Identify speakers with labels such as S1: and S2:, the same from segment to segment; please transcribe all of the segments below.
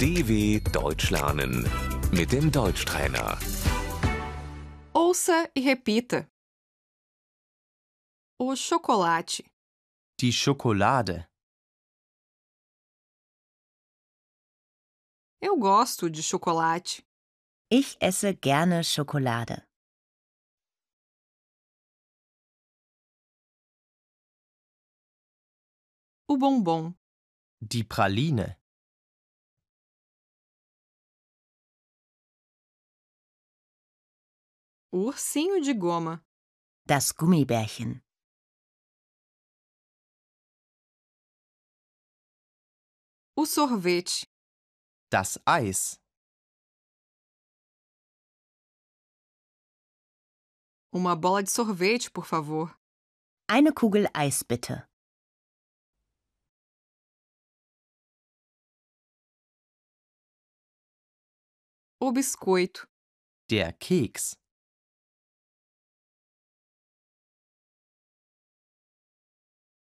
S1: DW Deutsch lernen mit dem Deutschtrainer.
S2: Ouça e repita. O chocolate,
S3: Die Schokolade.
S2: eu gosto de chocolate,
S4: Ich esse gerne Schokolade.
S2: o bombom,
S3: Die Praline.
S2: o ursinho de goma,
S4: Das Gummibärchen.
S2: o sorvete,
S3: Das Eis.
S2: uma bola de sorvete, por favor,
S4: Eine Kugel Eis bitte.
S2: o biscoito,
S3: Der Keks.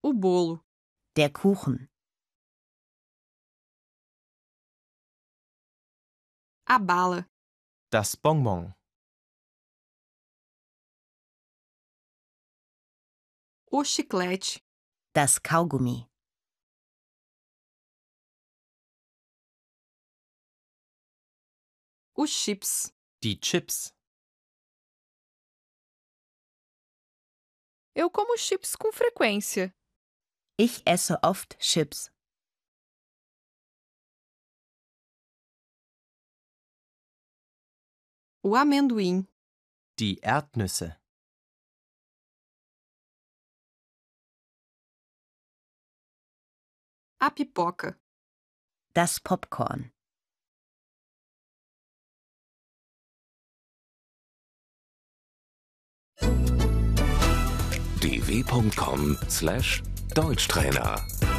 S2: o bolo,
S4: Der Kuchen.
S2: a bala,
S3: Das Bonbon.
S2: o chiclete,
S4: Das Kaugummi.
S2: os chips.
S3: Die Chips.
S2: Eu como chips com frequência.
S4: Ich esse oft Chips.
S2: O amendoim,
S3: Die Erdnüsse.
S2: a pipoca,
S4: Das Popcorn.
S1: dw.com/deutschtrainer